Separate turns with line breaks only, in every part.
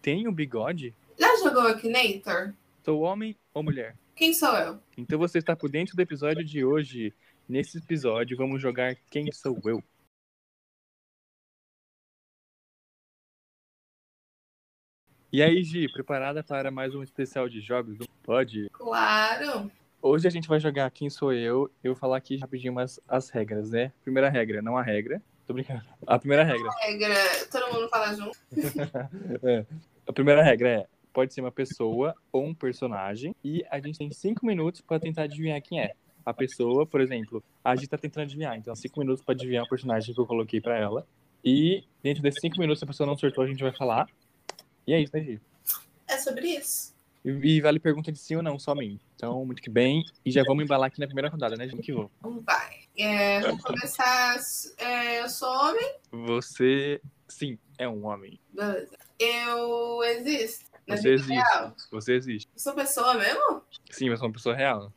tem um bigode?
Já jogou Akinator?
Sou homem ou mulher?
Quem sou eu?
Então você está por dentro do episódio de hoje. Nesse episódio vamos jogar Quem Sou Eu? E aí, Gi, preparada para mais um especial de jogos do Pod?
Claro!
Hoje a gente vai jogar Quem Sou Eu. Eu vou falar aqui rapidinho umas, as regras, né? Primeira regra, não a regra. Tô brincando. A primeira regra.
Regra, todo mundo fala junto.
É. A primeira regra é: pode ser uma pessoa ou um personagem, e a gente tem cinco minutos para tentar adivinhar quem é. A pessoa, por exemplo, a gente tá tentando adivinhar, então cinco minutos para adivinhar o personagem que eu coloquei para ela. E dentro desses cinco minutos, se a pessoa não acertou, a gente vai falar. E é isso, né, Gi?
É sobre isso?
E, e vale pergunta de sim ou não, só mim. Então, muito que bem. E já vamos embalar aqui na primeira rodada, né, Gi? Vamos que vamos.
Então Vai. É, vamos começar. É, eu sou homem?
Você, sim, é um homem.
Beleza. Eu existo? na
Você
vida
existe.
real?
Você existe.
Eu sou pessoa mesmo?
Sim, mas é uma pessoa real.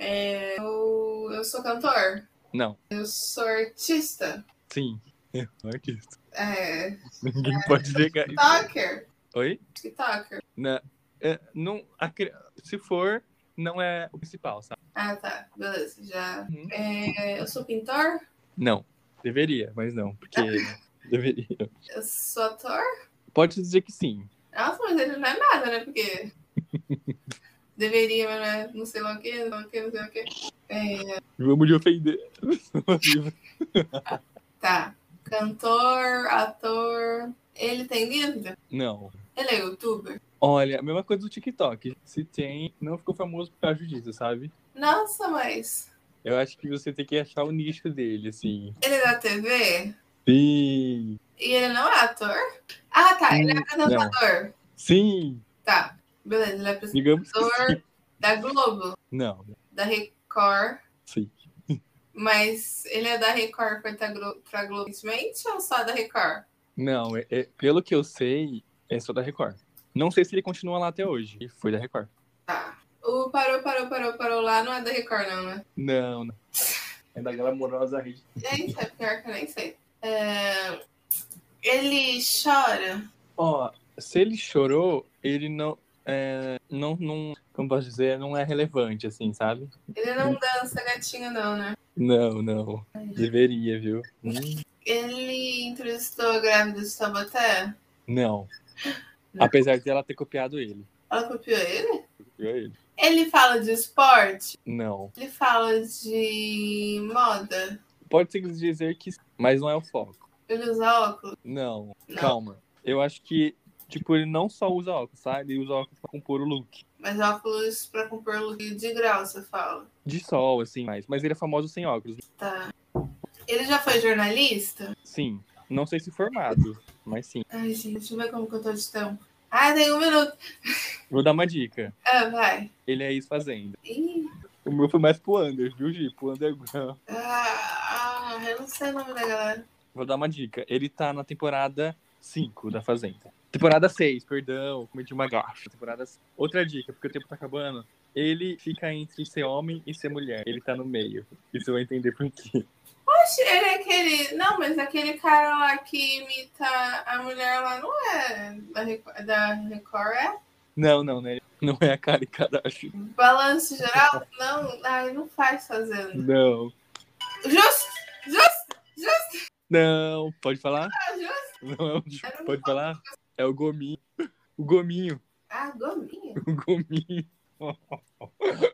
É, eu, eu sou cantor?
Não.
Eu sou artista?
Sim. Eu sou artista.
É.
Ninguém pode negar isso.
TikToker?
Oi?
TikToker.
Na- é, não, a cri- se for, não é o principal, sabe?
Ah, tá. Beleza, já.
Uhum.
É, eu sou pintor?
Não. Deveria, mas não, porque deveria.
Eu sou ator?
Pode dizer que sim.
Nossa, mas ele não é nada, né? Porque. Deveria, mas não, é, não sei lá o que, não sei lá o que, não sei lá o que.
Vamos lhe ofender.
Tá. Cantor, ator. Ele tem livro?
não.
Ele é youtuber?
Olha, a mesma coisa do TikTok. Se tem, não ficou famoso por causa disso, sabe?
Nossa, mas.
Eu acho que você tem que achar o nicho dele, assim.
Ele é da TV?
Sim.
E ele não é ator? Ah, tá. Ele é apresentador.
Sim.
Tá. Beleza, ele é apresentador
Digamos que sim.
da Globo,
Não.
da Record.
Sim.
Mas ele é da Record foi pra Glo- pra Globo simplesmente ou só da Record?
Não, é- é- pelo que eu sei, é só da Record. Não sei se ele continua lá até hoje. E foi da Record.
Tá. O parou, parou, parou, parou lá não é da Record, não, né?
Não, não. É da glamourosa rede.
Gente, é pior que eu nem sei. É, Ele chora.
Ó, se ele chorou, ele não. é, não, não. Como posso dizer? Não é relevante, assim, sabe?
Ele não dança gatinho, não, né?
Não, não. Deveria, viu? Hum,
Ele entrevistou a grávida de Tabaté?
Não.
Não.
Apesar de ela ter copiado ele.
Ela copiou ele?
Copiou ele?
Ele fala de esporte?
Não.
Ele fala de moda?
Pode se dizer que. Mas não é o foco.
Ele usa óculos?
Não.
Não.
Calma. Eu acho que. Tipo, ele não só usa óculos, sabe? Ele usa óculos pra compor o look.
Mas é óculos pra compor look de grau, você fala.
De sol, assim, mas. Mas ele é famoso sem óculos.
Tá. Ele já foi jornalista?
Sim. Não sei se formado, mas sim.
Ai, gente, deixa eu ver como que eu tô de tempo. Ah, tem um minuto.
Vou dar uma dica.
Ah, vai.
Ele é ex-fazenda.
Ih.
O meu foi mais pro Anders, viu, Gi? Pro Underground.
Ah, ah, eu não sei o nome da galera.
Vou dar uma dica. Ele tá na temporada 5 da Fazenda. Temporada 6, perdão, cometi uma gafa. Temporada c- Outra dica, porque o tempo tá acabando. Ele fica entre ser homem e ser mulher. Ele tá no meio. E você vai entender por quê.
Oxe, ele é aquele. Não, mas aquele cara lá que imita a mulher lá não é da Record, da Record é?
Não, não, né? Não é a Karen Kardashian.
Balanço geral? Não, ai, não faz fazendo.
Não.
Justo, justo,
Não. Pode falar?
justo.
Não é o Ju- Pode falar? É o Gominho. O Gominho.
Ah, gominha.
O Gominho.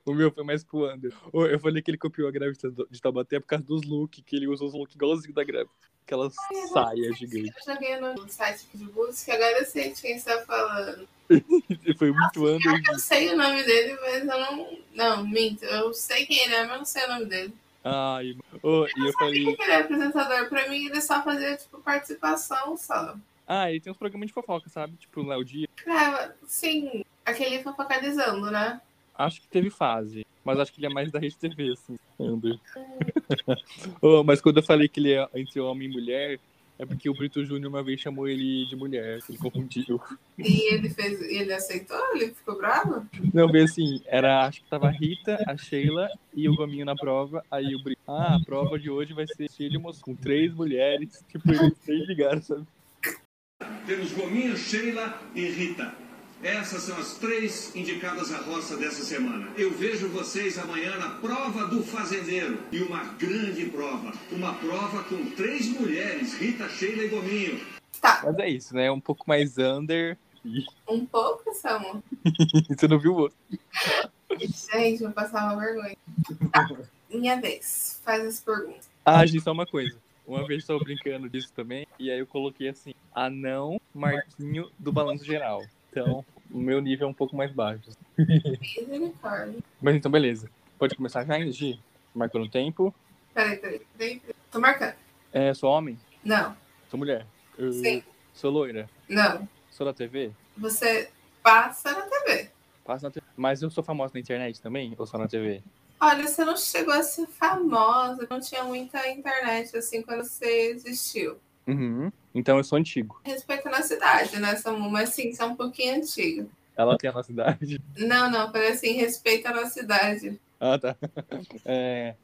O meu foi mais pro Ander. Ô, Eu falei que ele copiou a grávida de Tabaté por causa dos looks, que ele usou os looks igualzinho da grávida. Aquela saia gigante.
Eu joguei no site aqui de busca, agora eu sei de quem você tá falando.
E Foi muito Ander.
Eu sei o nome dele, mas eu não. Não, minto. Eu sei quem ele é, mas eu não sei o nome dele.
Ai, ô, e eu
Por
falei,
que ele é apresentador? Pra mim, ele só fazia, tipo, participação só.
ah, ele tem uns programas de fofoca, sabe? Tipo, Léo Dia.
Cara, Ah, sim, aquele fofocalizando, né?
Acho que teve fase, mas acho que ele é mais da Rede TV, assim, Ander. Ô, mas quando eu falei que ele é entre homem e mulher, é porque o Brito Júnior uma vez chamou ele de mulher, ele confundiu.
E ele fez, ele aceitou, ele ficou bravo?
Não, bem assim, era, acho que tava a Rita, a Sheila e o Gominho na prova, aí o Brito, ah, a prova de hoje vai ser cheia de moço, com três mulheres, tipo, eles três ligaram, sabe?
Temos Gominho, Sheila e Rita. Essas são as três indicadas à roça dessa semana. Eu vejo vocês amanhã na prova do fazendeiro. E uma grande prova. Uma prova com três mulheres, Rita, Sheila e Gominho.
Tá,
Mas é isso, né? Um pouco mais under. E
um pouco, Samu.
você não viu o outro.
Gente, vou passar uma vergonha. Tá, minha vez. Faz as perguntas.
Ah, gente, só uma coisa. Uma vez eu tava brincando disso também, e aí eu coloquei assim, anão Marquinho do Balanço Geral. Então, o meu nível é um pouco mais baixo.
Misericórdia.
Mas então, beleza. Pode começar já, Gi? Marcou no tempo.
Peraí, peraí, peraí. peraí. Tô marcando.
É, sou homem?
Não,
Sou mulher? Eu
sim,
Sou loira?
não.
Sou da TV?
Você passa na TV.
Passa na TV. Mas eu sou famosa na internet também? Ou só na TV?
Olha, você não chegou a ser famosa, não tinha muita internet assim quando você existiu.
Uhum. Então eu sou antigo.
Respeito na cidade, né, Samu? Mas sim, você é um pouquinho antigo.
Ela tem a nossa idade.
Não, não, falei assim, respeito na cidade.
Ah, tá. É,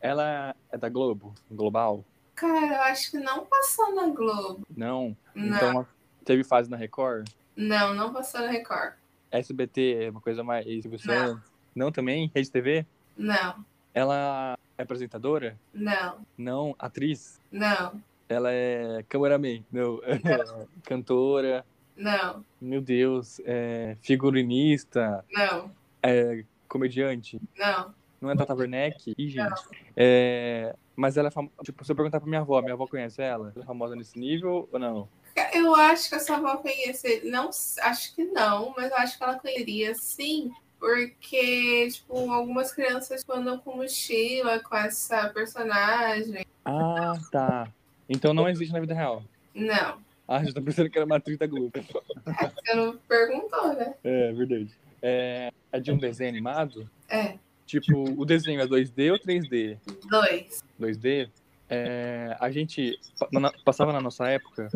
ela é da Globo? Global?
Cara, eu acho que não passou na Globo.
Não.
Não,
Então ela teve fase na Record?
não, não passou na Record.
SBT é uma coisa mais. e Silvio
Não.
Santos? Não também? Rede TV?
Não,
Ela é apresentadora?
não,
Não. Atriz?
não,
Ela é cameraman? Não. Cantora?
não,
Meu Deus. É figurinista?
não,
É comediante?
não.
Não é Tata Werneck? Ih, gente. É, Mas ela é famosa. Tipo, se eu perguntar pra minha avó, minha avó conhece ela? Ela é famosa nesse nível ou não?
Eu acho que essa avó conhece. Não, s- acho que não, mas eu acho que ela conheceria sim. Porque, tipo, algumas crianças tipo, andam com mochila com essa personagem.
Ah, tá. Então não existe na vida real.
Não,
Ah, já tô pensando que era uma atriz da Globo.
você não perguntou, né?
É, verdade. É, é de um desenho animado?
É,
Tipo, o desenho é 2D ou 3D?
dois.
2D? É, a gente pa- na- passava na nossa época?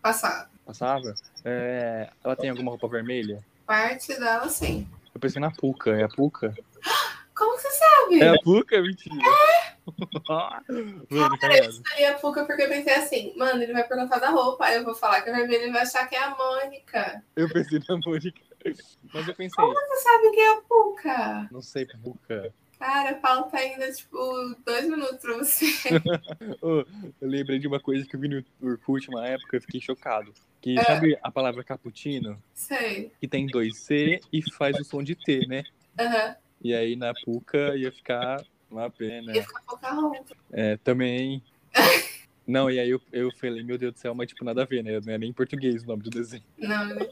Passado.
Passava? É, ela tem alguma roupa vermelha?
Parte dela, sim.
Eu pensei na Puca. É a Puca?
Como que você sabe?
É a Puca? Mentira. Mano, tá caralho.
Aí a Fuca, porque eu pensei assim, mano, ele vai perguntar da roupa, aí eu vou falar que é vermelho, ele vai achar que é a Mônica.
Eu pensei na Mônica. Mas eu pensei,
Como você sabe quem é a Fuca?
não sei, Puca.
Cara, falta ainda, tipo, dois minutos pra você.
Ô, eu lembrei de uma coisa que eu vi no Orkut uma época, eu fiquei chocado. Que
É.
sabe a palavra cappuccino?
Sei.
Que tem dois C e faz o som de T, né?
Aham.
E aí na Puca ia ficar uma pena.
Ia ficar pouca roupa.
É, também. Não, e aí eu, eu falei, meu Deus do céu, mas tipo, nada a ver, né? Não é nem em português o nome do desenho.
Não, né?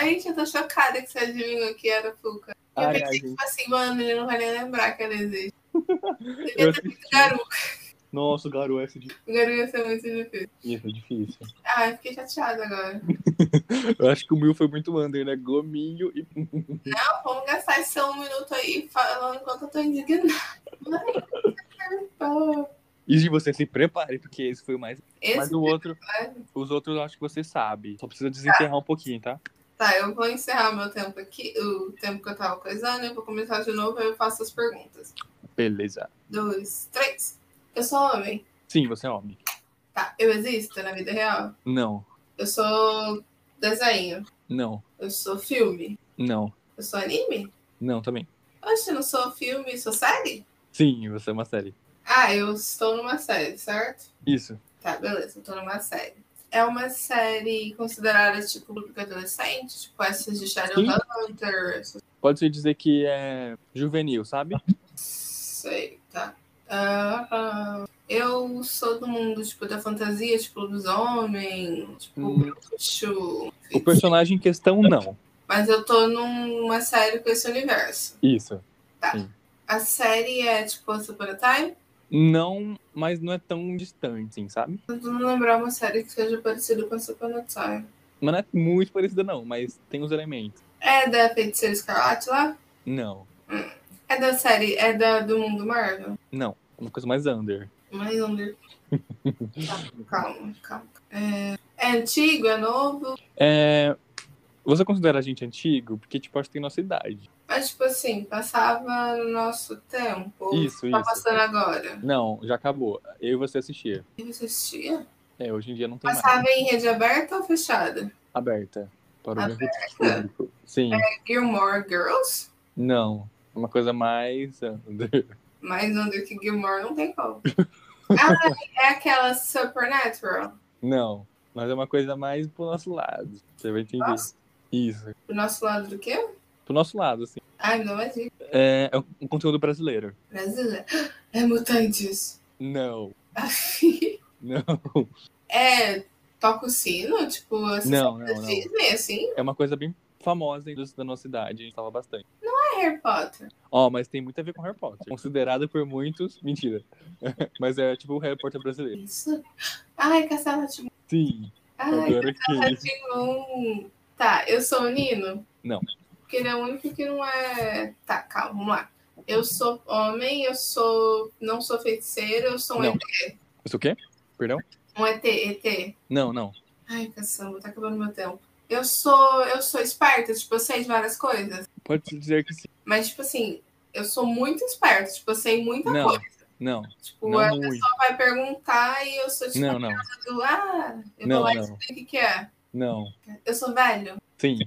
Ai, gente, eu tô chocada que você adivinhou que era a Fuca. Eu
Ai, ai,
pensei,
gente.
tipo assim, mano, ele não vai nem lembrar que ela existe.
Eu
Devia ter
assisti.
muito garoto.
Nossa, o garoto, esse de-
O garoto ia ser muito difícil.
Isso, é difícil.
Ah, eu fiquei chateada agora.
Eu acho que o meu foi muito under, né? Gominho e
Não, vamos gastar esse um minuto aí falando enquanto eu tô indignada. Mano, você perguntou.
E de você se prepare, porque esse foi o mais.
Esse
Mas o outro,
preparo.
os outros eu acho que você sabe. Só precisa desenterrar um pouquinho, tá?
Tá, eu vou encerrar meu tempo aqui, o tempo que eu tava coisando, eu vou começar de novo, aí eu faço as perguntas.
Beleza.
Dois, três. Eu sou homem?
Sim, você é homem.
Tá, eu existo na vida real?
Não,
Eu sou desenho?
não,
Eu sou filme?
não,
Eu sou anime?
não também.
Oxe, eu não sou filme, sou série?
Sim, você é uma série.
Ah, eu estou numa série, certo?
Isso.
Tá, beleza, eu tô numa série. É uma série considerada, tipo, público adolescente? Tipo, essas de Shadowhunter, essas
Pode se dizer que é juvenil, sabe?
Sei, tá. Ah, ah, eu sou do mundo, tipo, da fantasia, tipo, lobisomem, tipo,
Hum.
bruxo.
O personagem em questão, não.
Mas eu tô numa série com esse universo.
Isso.
A série é, tipo, Super Time?
Não, mas não é tão distante, assim, sabe?
Eu não lembrar uma série que seja parecida com Super Time.
Mas não é muito parecida, não, mas tem os elementos.
É da Feiticeira Escarlate lá?
Não,
É da série, é da, do mundo Marvel?
não. É uma coisa mais under.
Mas não... tá, calma, calma. É, é antigo, é novo?
É. Você considera a gente antigo? Porque, tipo, acho que tem nossa idade.
Mas, tipo assim, passava no nosso tempo.
Isso,
tá
isso.
passando agora.
Não, já acabou. Eu e você assistia.
E você assistia?
É, hoje em dia não tem mais.
Passava em rede aberta ou fechada?
Aberta. Para o grande público. Sim.
É. Gilmore Girls?
Não. É Uma coisa mais. under.
Mais under que Gilmore não tem como. ah, é aquela Supernatural.
Não. Mas é uma coisa mais pro nosso lado. Você vai entender.
Nossa.
Isso.
Do nosso lado do quê?
Pro nosso lado, assim.
Ai, não imagina.
É, é um conteúdo brasileiro.
Brasileiro. É mutantes.
Não. Não.
é. Toca o sino, tipo, essas
Não, não,
coisas
não.
Disney, assim.
É uma coisa bem famosa hein, dos- da nossa cidade. A gente tava bastante.
Ah, Harry Potter.
Ó, mas tem muito a ver com Harry Potter. Considerada por muitos. Mentira. mas é tipo o Harry Potter brasileiro.
Isso. Ai, Castelo Timon.
Sim.
Ai,
Agora
Castelo
que.
Timon. Tá, eu sou o Nino?
Não.
Porque ele é o único que não é. Tá, calma, vamos lá. Eu sou homem, eu sou. Não sou feiticeiro, eu sou um
Não.
ET.
Isso o quê? Perdão?
Um ET, ET.
Não, não.
Ai, caçamba, tá acabando meu tempo. Eu sou. Eu sou esperta, tipo, eu sei de várias coisas.
Pode se dizer que sim.
Mas, tipo assim, eu sou muito esperta, tipo, eu sei muita
Não.
coisa.
Não.
Tipo, a
Não
pessoa
muito.
vai perguntar e eu sou tipo,
Não, não.
do, ah, eu
Não,
vou lá e
não.
explico o que que é.
Não.
Eu sou velho?
Sim.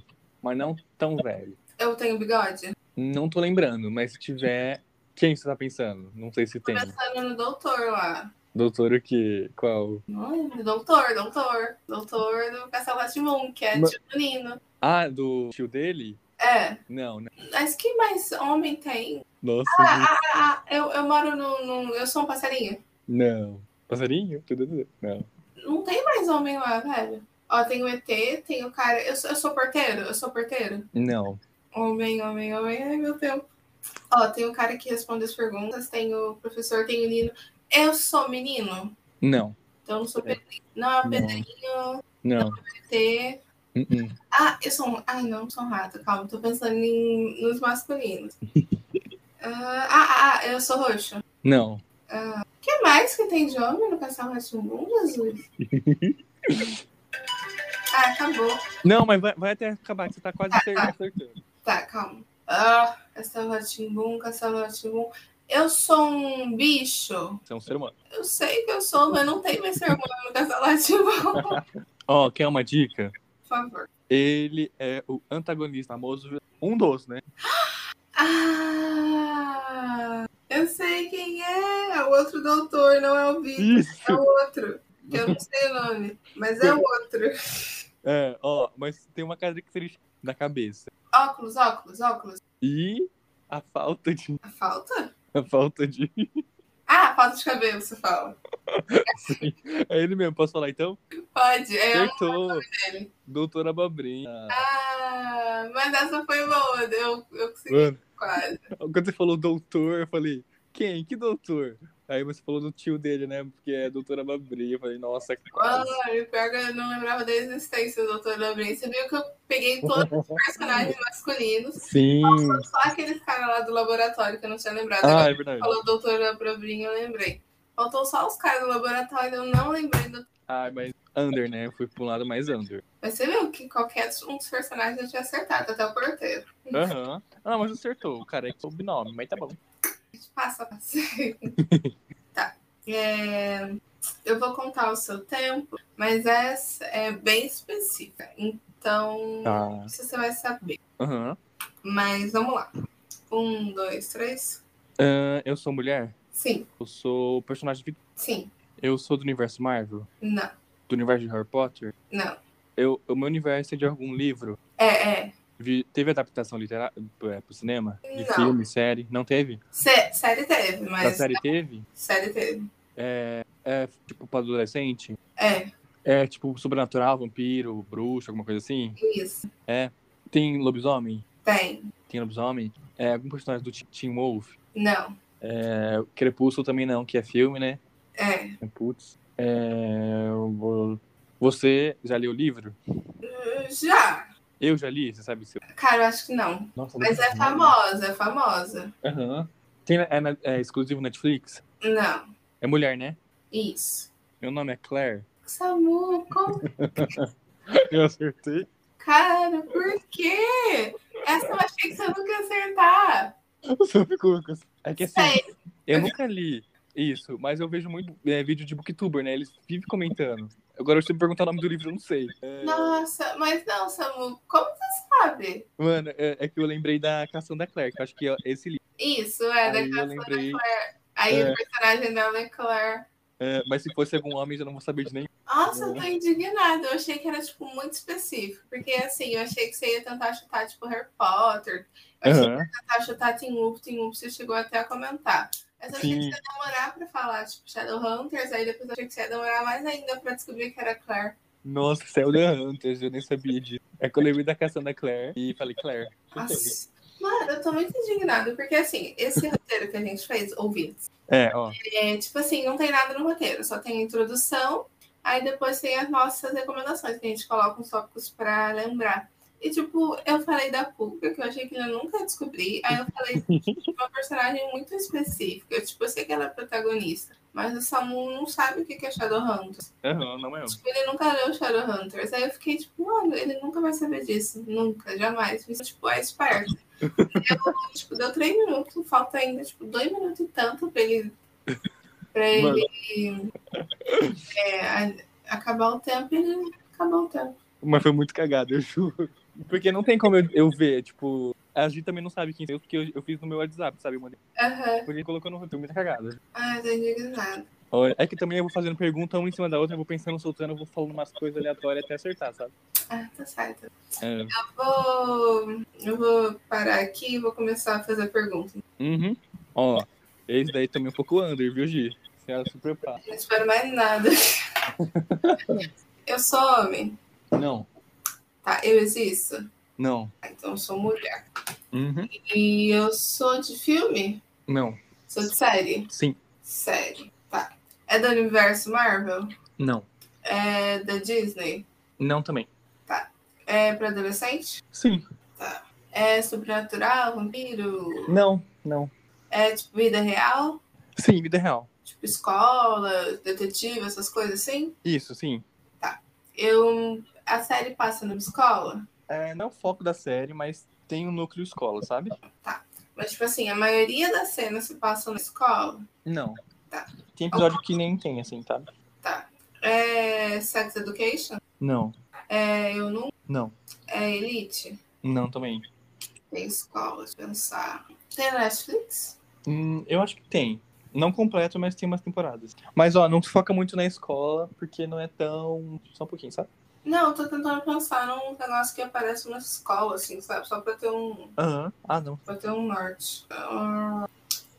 Mas não tão velho.
Eu tenho bigode?
Não tô lembrando, mas se tiver. Quem você tá pensando? Não sei se tem.
Pensando no doutor lá.
Doutor o quê? Qual?
Não lembro. Doutor, doutor. Doutor do Castelo Latimum, que é
Ma-
tio do Nino.
Ah, do tio dele?
É.
Não, não.
Mas que mais homem tem?
Nossa,
Ah, ah, ah, eu, eu moro no, no- Eu sou um passarinho.
gente. Não. Passarinho? Tudo, tudo. Não.
Não tem mais homem lá, velho. Ó, tem o ET, tem o cara. Eu sou, eu sou porteiro? Eu sou porteiro?
Não.
Homem, homem, homem. Ai, meu tempo. Ó, tem o cara que responde as perguntas, tem o professor, tem o Nino. Eu sou menino?
Não.
Então eu não sou pedrinho. Não é o
Não.
pedrinho,
Não.
ET.
Uh-uh.
Ah, eu sou um. Ai, não, sou um rato. Calma, tô pensando em, nos masculinos. Ah, ah, ah, eu sou roxo. O
Não.
que mais que tem de homem no Castelo Ratimbum, Jesus? ah, acabou.
Não, mas vai, vai até acabar, que você tá quase acer-
tá.
acertando.
Tá, calma. Ah, Castelo Ratimbum, Castelo Ratimbum. Eu sou um bicho.
Você é um ser humano.
Eu sei que eu sou, mas não tem mais ser humano no Castelo Ratimbum. Por
Ó, quer uma dica?
favor.
Ele é o antagonista famoso. Um dos, né?
Ah, eu sei quem é. É o outro doutor, não é o bicho.
Isso!
É o outro. Eu não sei o nome, mas é o outro.
É, ó, mas tem uma característica na cabeça.
Óculos, óculos, óculos.
E a falta de.
A falta?
A falta de.
Ah, a falta de cabelo, você fala.
É ele mesmo, posso falar então?
Pode. É.
Acertou!
dele.
Doutora Babrinha.
Ah, mas essa foi boa. Eu, eu consegui
Mano,
quase.
quando você falou doutor, eu falei, quem? Que doutor? Aí você falou do tio dele, né? Porque é doutora Babrinha. Eu falei, nossa, quase.
Olha, Ah, pior que eu não lembrava da existência do Dr. Labrin. Você viu que eu peguei todos os personagens masculinos.
Sim.
Só aquele cara lá do laboratório que eu não tinha lembrado.
Ah,
Agora
é verdade.
falou doutora Labrin, eu lembrei. Faltou só os caras do laboratório, eu não lembrei do
Ah, mas under, né? Eu fui pro lado mais under.
Mas você viu que qualquer um dos personagens eu tinha acertado, até o porteiro.
Aham. Ah, mas acertou. O cara é o binômio, mas tá bom.
Passa, passa. tá. É, Eu vou contar o seu tempo, mas essa é bem específica. Então,
Tá.
não sei se você vai saber.
Aham.
Mas vamos lá. Um, dois, três.
Ah, eu sou mulher?
Sim,
Eu sou personagem de...
sim,
Eu sou do universo Marvel?
não,
Do universo de Harry Potter?
não.
Eu, o meu universo é de algum livro?
É, é.
Vi- teve adaptação literária é, pro cinema? De
Não.
filme, série? Não teve?
Sé- série teve,
Da
mas.
série teve?
Série teve.
É, tipo, pra adolescente?
É,
É, tipo, sobrenatural, vampiro, bruxo, alguma coisa assim?
isso.
Tem lobisomem?
Tem.
Tem lobisomem? É, algum personagem do Te- Teen Wolf?
Não.
É, Crepúsculo também não, que é filme, né?
É.
Putz. É, eu vou- você já leu o livro?
Já.
Eu já li, você sabe se eu...
Cara, eu acho que não.
Nossa,
Mas é famosa, é famosa.
Aham. Tem, é, na- é exclusivo Netflix?
Não,
É mulher, né?
isso.
Meu nome é Claire.
Samu, como...
Eu acertei.
cara, por quê? Essa eu achei que você nunca ia acertar.
Você ficou com essa- É que assim,
Sei,
eu nunca li isso, mas eu vejo muito é, vídeo de booktuber, né? Eles vivem comentando. Agora eu te perguntar o nome do livro, eu não sei. É,
Nossa, mas não, Samu, como você sabe?
Mano, é, é que eu lembrei da Cação da Claire, que eu acho que é esse livro.
Isso, é da
Aí eu
Cassandra
lembrei.
Clare. Aí
É.
o personagem dela é Claire.
É, mas se fosse algum homem, eu não vou saber de nenhum.
Nossa,
É.
eu tô indignada. Eu achei que era, tipo, muito específico. Porque, assim, eu achei que você ia tentar chutar, tipo, Harry Potter. Eu achei
Aham.
que ia tentar chutar Teen Wolf, Teen Wolf, você chegou até a comentar. Mas eu achei
Sim.
que você ia demorar pra falar, tipo, Shadowhunters. Aí depois eu achei que você ia demorar mais ainda pra descobrir que era Claire.
Nossa, Céu da Hunters, eu nem sabia disso. É que eu lembrei da Cação da Claire e falei, Claire. chutei.
Nossa. Mano, eu tô muito indignada. Porque, assim, esse roteiro que a gente fez, ouvintes,
É, ó.
É, tipo assim, não tem nada no roteiro, só tem a introdução, aí depois tem as nossas recomendações, que a gente coloca os tópicos pra lembrar. E, tipo, eu falei da Pulga, que eu achei que eu nunca ia descobrir, aí eu falei de uma personagem muito específica, tipo, eu sei que ela é protagonista, mas o Samu não sabe o que que é Shadowhunters.
Aham, não é eu.
Tipo, ele nunca leu Shadowhunters, aí eu fiquei tipo, mano, ele nunca vai saber disso, nunca, jamais. Isso, tipo, é esperto. Eu, tipo, deu três minutos, falta ainda, tipo, dois minutos e tanto pra ele. pra
Mano.
ele. é, a- acabar o tempo, ele acabou o tempo.
Mas foi muito cagado, eu juro. Porque não tem como eu, eu ver, tipo. A Gi também não sabe quem sou eu, porque eu, eu fiz no meu WhatsApp, sabe? Eu mandei.
Aham,
Porque colocou no roteiro, muito cagado.
ai, tô indignada.
Olha, É que também eu vou fazendo pergunta uma em cima da outra, eu vou pensando, soltando, eu vou falando umas coisas aleatórias até acertar, sabe?
Ah, tá certo.
É.
Vou, eu vou parar aqui e vou começar a fazer perguntas.
Uhum. Ó, esse daí também é um pouco under, viu, Gi? Senhora, se prepara.
Não espero mais nada. eu sou homem,
Não.
tá? Eu existo?
Não.
Ah, Então eu sou mulher.
Uhum.
E eu sou de filme?
Não.
Sou de série?
Sim.
Série. Tá. É do universo Marvel?
Não.
É da Disney?
Não também.
É pra adolescente?
Sim.
É sobrenatural, vampiro?
Não. Não.
É tipo vida real?
Sim, vida real.
Tipo escola, detetive, essas coisas assim?
Isso, sim.
Eu. A série passa numa escola?
É, não é o foco da série, mas tem o núcleo escola, sabe?
Mas, tipo assim, a maioria das cenas se passam na escola?
Não.
Tá.
Tem episódio que nem tem, assim, sabe?
Tá. É Sex Education?
Não.
É Eu Não?
Não.
É Elite?
Não também.
Tem escola de pensar. Tem Netflix?
Hum, eu acho que tem. Não completo, mas tem umas temporadas. Mas, ó, não se foca muito na escola, porque não é tão. Só um pouquinho, sabe?
Não, eu tô tentando pensar num negócio que aparece uma escola, assim, sabe? Só pra ter um,
Aham. Ah, não.
pra ter um norte. Ah,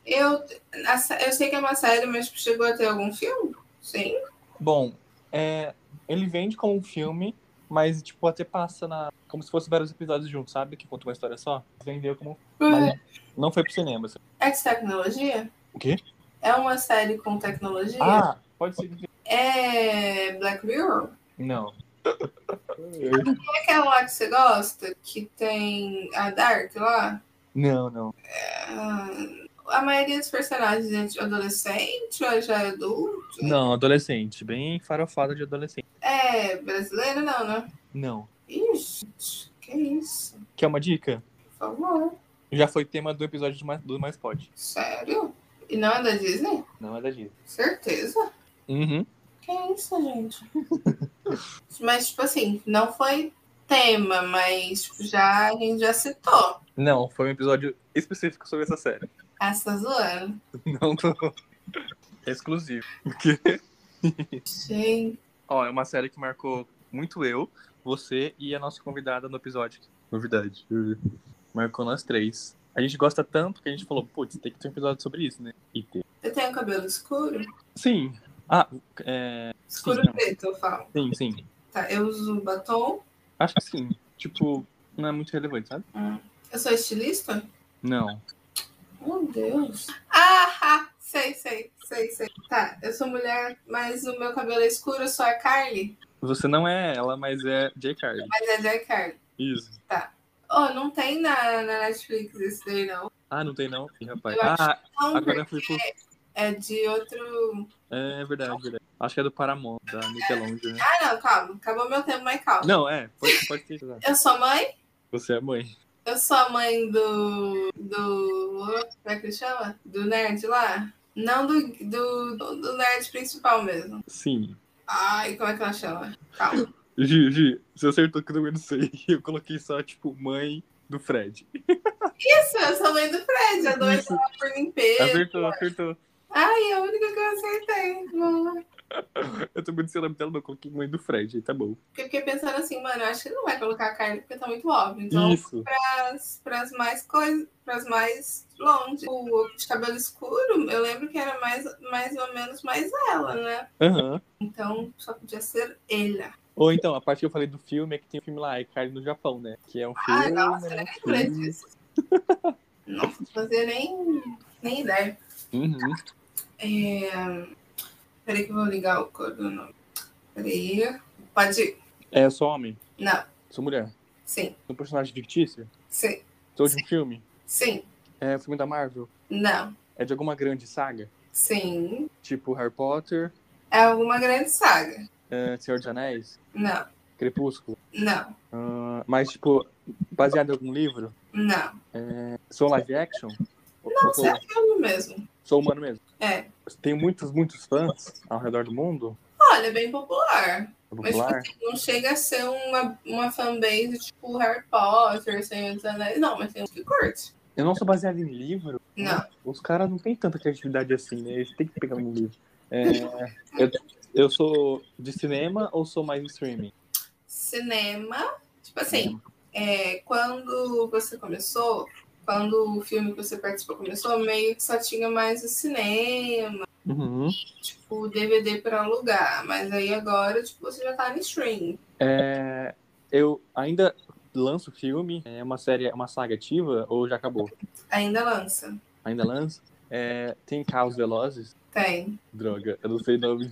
Eu, a sé- eu sei que é uma série, mas tipo, chegou a ter algum filme? Sim.
Bom, é, ele vende como um filme, mas, tipo, até passa na. Como se fosse vários episódios juntos, sabe? Que conta uma história só. Vendeu como. um Mas não foi pro cinema. assim.
É de tecnologia?
O quê?
É uma série com tecnologia?
Ah, pode ser. que-
É Black Mirror?
Não.
É aquela lá que você gosta, que tem a Dark lá?
Não, não.
Ah, a maioria dos personagens é de adolescente ou já é adulto?
Não, adolescente. Bem farofada de adolescente.
É brasileiro, não, né?
Não.
Ih, gente, que isso?
Quer uma dica?
Por favor.
Já foi tema do episódio de mais, do Mais Pode.
Sério? E não é da Disney?
Não é da Disney.
Certeza?
Uhum.
Que isso, gente? mas, tipo assim, não foi tema, mas tipo, já, a gente já citou.
Não, foi um episódio específico sobre essa série.
Ah, você tá zoando?
Não, não. É exclusivo.
Gente,
Ó, é uma série que marcou muito eu, você e a nossa convidada no episódio. Novidade. Marcou nós três. A gente gosta tanto que a gente falou, putz, tem que ter um episódio sobre isso, né? E tem.
eu tenho cabelo escuro?
Sim. Ah,
Escuro
Sim.
preto, eu falo.
sim, sim.
Tá, eu uso batom.
Acho que sim. Tipo, não é muito relevante, sabe?
Eu sou estilista?
Não.
Meu Deus. Ah, ah, sei, sei, sei, sei. Tá, eu sou mulher, mas o meu cabelo é escuro, eu sou a Carly.
Você não é ela, mas é J. Carly.
Mas é Jack Carly.
Isso.
Oh, não tem na, na Netflix esse daí, não.
Ah, não tem não? Ih, rapaz.
Eu acho
Ah,
Não,
agora eu fui pro.
é de outro.
É verdade, verdade. Acho que é do Paramount, da Nickelodeon, né?
Ah, não, calma. Acabou meu tempo, mas calma.
Não, é. Pode, pode ser.
Eu sou mãe?
Você é mãe.
Eu sou a mãe do. do. Como é que chama? Do nerd lá? Não do, do, do nerd principal mesmo.
Sim.
Ai, como é que ela chama? Calma.
Gi, Gi, você acertou que eu também não sei. Eu coloquei só, tipo, mãe do Fred.
Isso, eu sou mãe do Fred, a dois ela por limpeza.
Acertou, acertou.
Ai, é a única que eu acertei. Boa.
Eu também não sei o nome dela, mas então eu coloquei mãe do Fred, tá bom.
Porque eu fiquei pensando assim, mano, eu acho que ele não vai colocar carne porque tá muito óbvio. Então,
Isso.
pras, pras mais coisas, pras mais longe. O de cabelo escuro, eu lembro que era mais, mais ou menos mais ela, né?
Aham.
Então, só podia ser ela.
Ou então, a parte que eu falei do filme é que tem o filme lá, Carne no Japão, né? Que é um filme.
Ai, Ah, nossa,
né?
nem lembrei disso. Nossa, não fazia nem, nem ideia.
Uhum.
É... Peraí que eu vou ligar o cronômetro. Peraí. Pode ir.
É, sou homem,
Não.
sou mulher.
Sim.
Sou um personagem fictício?
Sim.
Sou de um filme?
Sim.
É um filme da Marvel?
Não.
É de alguma grande saga?
Sim.
Tipo Harry Potter,
É alguma grande saga.
é, Senhor dos Anéis,
Não.
Crepúsculo.
Não.
Ah, mas, tipo, baseado em algum livro?
Não.
Sou live action? Ou-
Não,
ou
você é filme mesmo.
sou humano mesmo?
É.
Tenho muitos, muitos fãs ao redor do mundo?
Olha, é bem popular.
É
Mas
Popular?
tipo, assim, não chega a ser uma, uma fanbase tipo Harry Potter, Senhor dos Anéis. Não, mas tem uns que curte.
Eu não sou baseado em livro?
Não.
Os caras não têm tanta criatividade assim, né? Eles têm que pegar um livro. É, eu, eu sou de cinema ou sou mais streaming?
cinema, tipo assim, é, quando você começou, quando o filme que você participou começou, meio que só tinha mais o cinema,
Uhum.
tipo, o DVD para alugar, mas aí agora, tipo, você já tá no stream.
É, eu ainda lanço filme, é uma série, uma saga ativa ou já acabou?
Ainda lança.
Ainda lança? É, tem Carros Velozes?
Tem.
Droga, eu não sei o nome.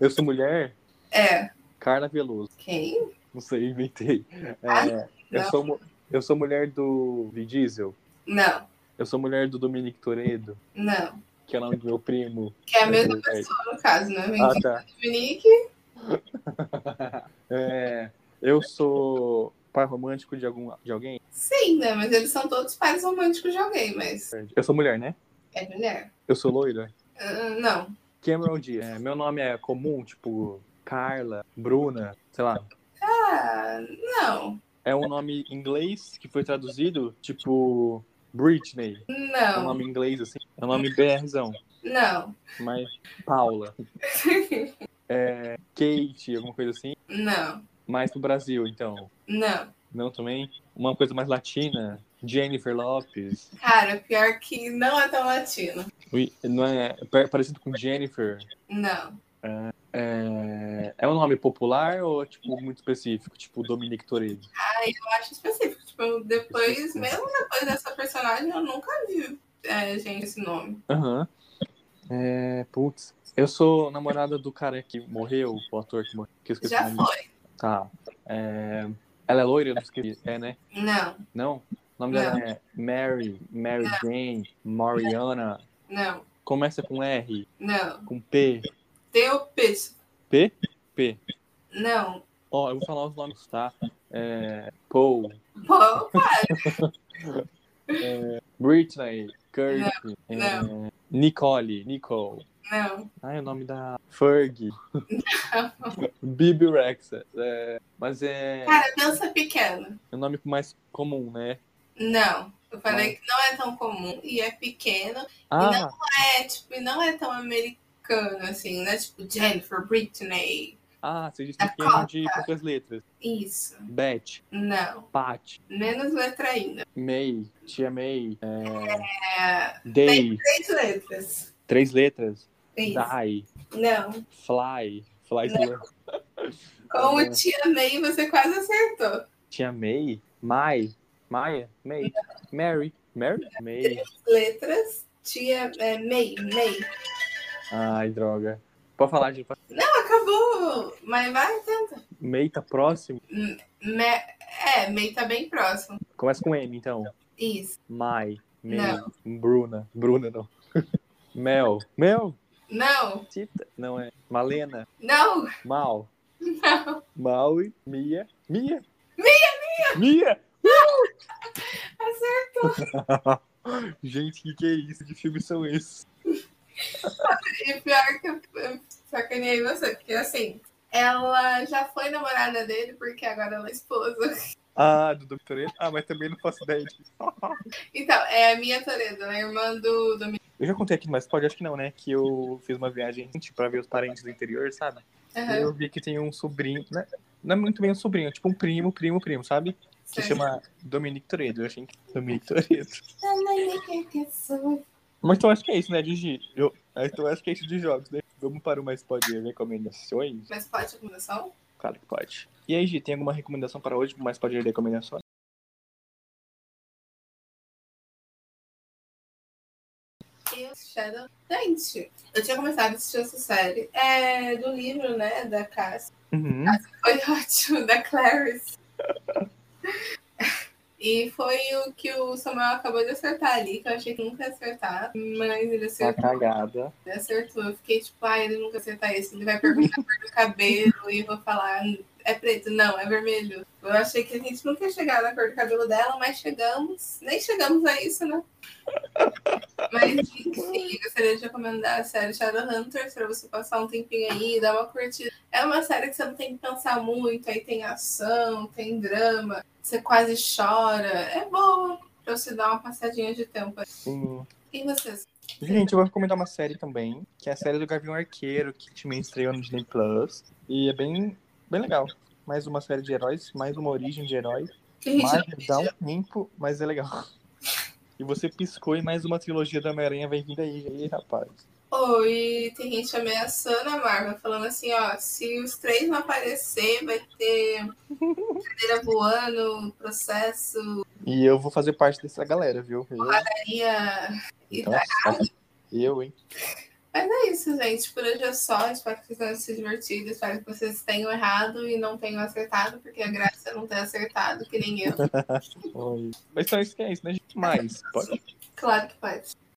eu sou mulher?
É.
Carla Veloso.
Quem?
Não sei, inventei. É,
Ah,
eu,
não.
sou, mu- eu sou mulher do Vin Diesel.
Não,
Eu sou mulher do Dominique Toredo,
não.
que é o nome do meu primo.
Que é a mesma
É.
pessoa, no caso, né? Vem
Ah,
aqui,
tá.
Dominique.
É, eu sou pai romântico de, algum, de alguém?
Sim, né? Mas eles são todos pais românticos de alguém, mas
Eu sou mulher, né?
é mulher.
Eu sou loira?
Ah, não.
Cameron Diaz. É, meu nome é comum, tipo Carla, Bruna, sei lá.
Ah, não.
É um nome em inglês que foi traduzido, tipo Britney. É um
Não.
nome em inglês, assim. É um nome BRzão.
Não.
Mas Paula, É, Kate, alguma coisa assim.
Não.
Mais pro Brasil, então.
Não.
Não também. Uma coisa mais latina. Jennifer Lopes.
Cara, pior que não é tão latino.
Ui, Não é, é parecido com Jennifer.
Não.
É, é um nome popular ou tipo muito específico, tipo Dominique Toredo?
Eu acho específico. Tipo, depois,
Específico.
mesmo depois dessa personagem, eu nunca vi, é, gente, esse nome.
Aham. É, putz. Eu sou namorada do cara que morreu, o ator que morreu, que eu esqueci o
Já
nome.
foi.
Tá. É, ela é loira, eu não esqueci. É, né?
Não,
Não? O nome dela é Mary, Mary
É.
Jane, Mariana.
não,
Começa com R,
não.
com P.
Teu peixe.
P? P.
Não.
Ó, eu vou falar os nomes, tá? É, Paul,
Pô,
Britney, Kurt, é, Nicole, Nicole.
não.
Ah, é o nome da Ferg. Bibi Rexa. É, mas é
Cara, dança pequena.
o nome mais comum, né?
Não. Eu falei que não é tão comum e é pequeno.
Ah,
É, tipo, e não é tão americano, assim, né? Tipo, Jennifer, Britney.
ah você disse
É
pequeno de poucas letras.
Isso.
Beth,
Não.
Pat,
Menos letra ainda.
May, Tia May, é,
É,
Day,
três letras.
três letras,
Isso.
Die,
Não.
Fly, Fly Slow.
Com
É.
o Tia May, você quase acertou.
Tia May, Mai, Maia, May, Mary, Mary, May.
Letras, Tia é, May, May.
Ai, droga. Pode falar, gente. pode-
Não, acabou. Mas vai, tenta.
May tá próximo.
Me- É, May tá bem próximo.
Começa com M, então.
Isso.
Mai, May,
Não.
Bruna, Bruna não. Mel, Mel,
Não,
Tita, não é. Malena,
não,
Mal,
não.
Maui, Mia, Mia, Mia, Mia, Acertou. Gente, o que, que é isso? Que filmes são esses?
E pior que eu- eu Sacaneei você, porque assim, ela já foi namorada dele, porque agora ela é esposa.
Ah, do Dr. Ele? Ah, mas também não faço ideia disso.
Então, é a minha Toredo, né? Irmã do Domingos.
Eu já contei aqui, mas pode, acho que não, né? Que eu fiz uma viagem tipo, pra ver os parentes do interior, sabe? E Eu vi que tem um sobrinho, né? Não é muito bem um sobrinho, é tipo um primo, primo, primo, sabe? Que chama Dominique Toredo. Eu achei que Dominique Toredo. Mas então acho que é isso, né, Gigi? Eu... Então acho que é isso de jogos, né? Vamos para umas pode recomendações?
Mas pode recomendação?
Claro que pode. E aí, Gi, tem alguma recomendação para hoje, mas pode ler recomendações?
Eu, Shadow. Gente, eu tinha começado a assistir essa série. É do livro, né? Da Cass.
Uhum.
Foi ótimo, da Clarice. E foi o que o Samuel acabou de acertar ali, que eu achei que nunca ia acertar. Mas ele
Tá
acertou,
cagada.
ele acertou. Eu fiquei tipo, ai, ele nunca acertar isso. Ele vai perguntar a cor do cabelo e eu vou falar, é preto? Não, é vermelho. Eu achei que a gente nunca ia chegar na cor do cabelo dela, mas chegamos. Nem chegamos a isso, né? Mas enfim, eu gostaria de recomendar a série Shadowhunters pra você passar um tempinho aí, dar uma curtida. É uma série que você não tem que pensar muito, aí tem ação, tem drama, você quase chora. É boa pra você dar uma passadinha de tempo.
Sim.
E vocês?
Gente, eu vou recomendar uma série também, que é a série do Gavião Arqueiro, que também estreou no Disney Plus. E é bem, bem legal. Mais uma série de heróis, mais uma origem de heróis. Mas dá um tempo, mas é legal. E você piscou e mais uma trilogia da Homem-Aranha vem vindo aí, aí, rapaz.
Oh, e tem gente ameaçando a Marvel, falando assim, ó, se os três não aparecer, vai ter cadeira voando, processo,
E eu vou fazer parte dessa galera, viu? Eu,
ia... e tá,
nossa, eu hein?
Mas é isso, gente. Por hoje é só. Espero que vocês tenham se divertido. Espero que vocês tenham errado e não tenham acertado, porque a graça é não ter acertado, que nem eu.
Oi. Mas então isso que é isso, né, gente? Mas, pode.
Claro que pode.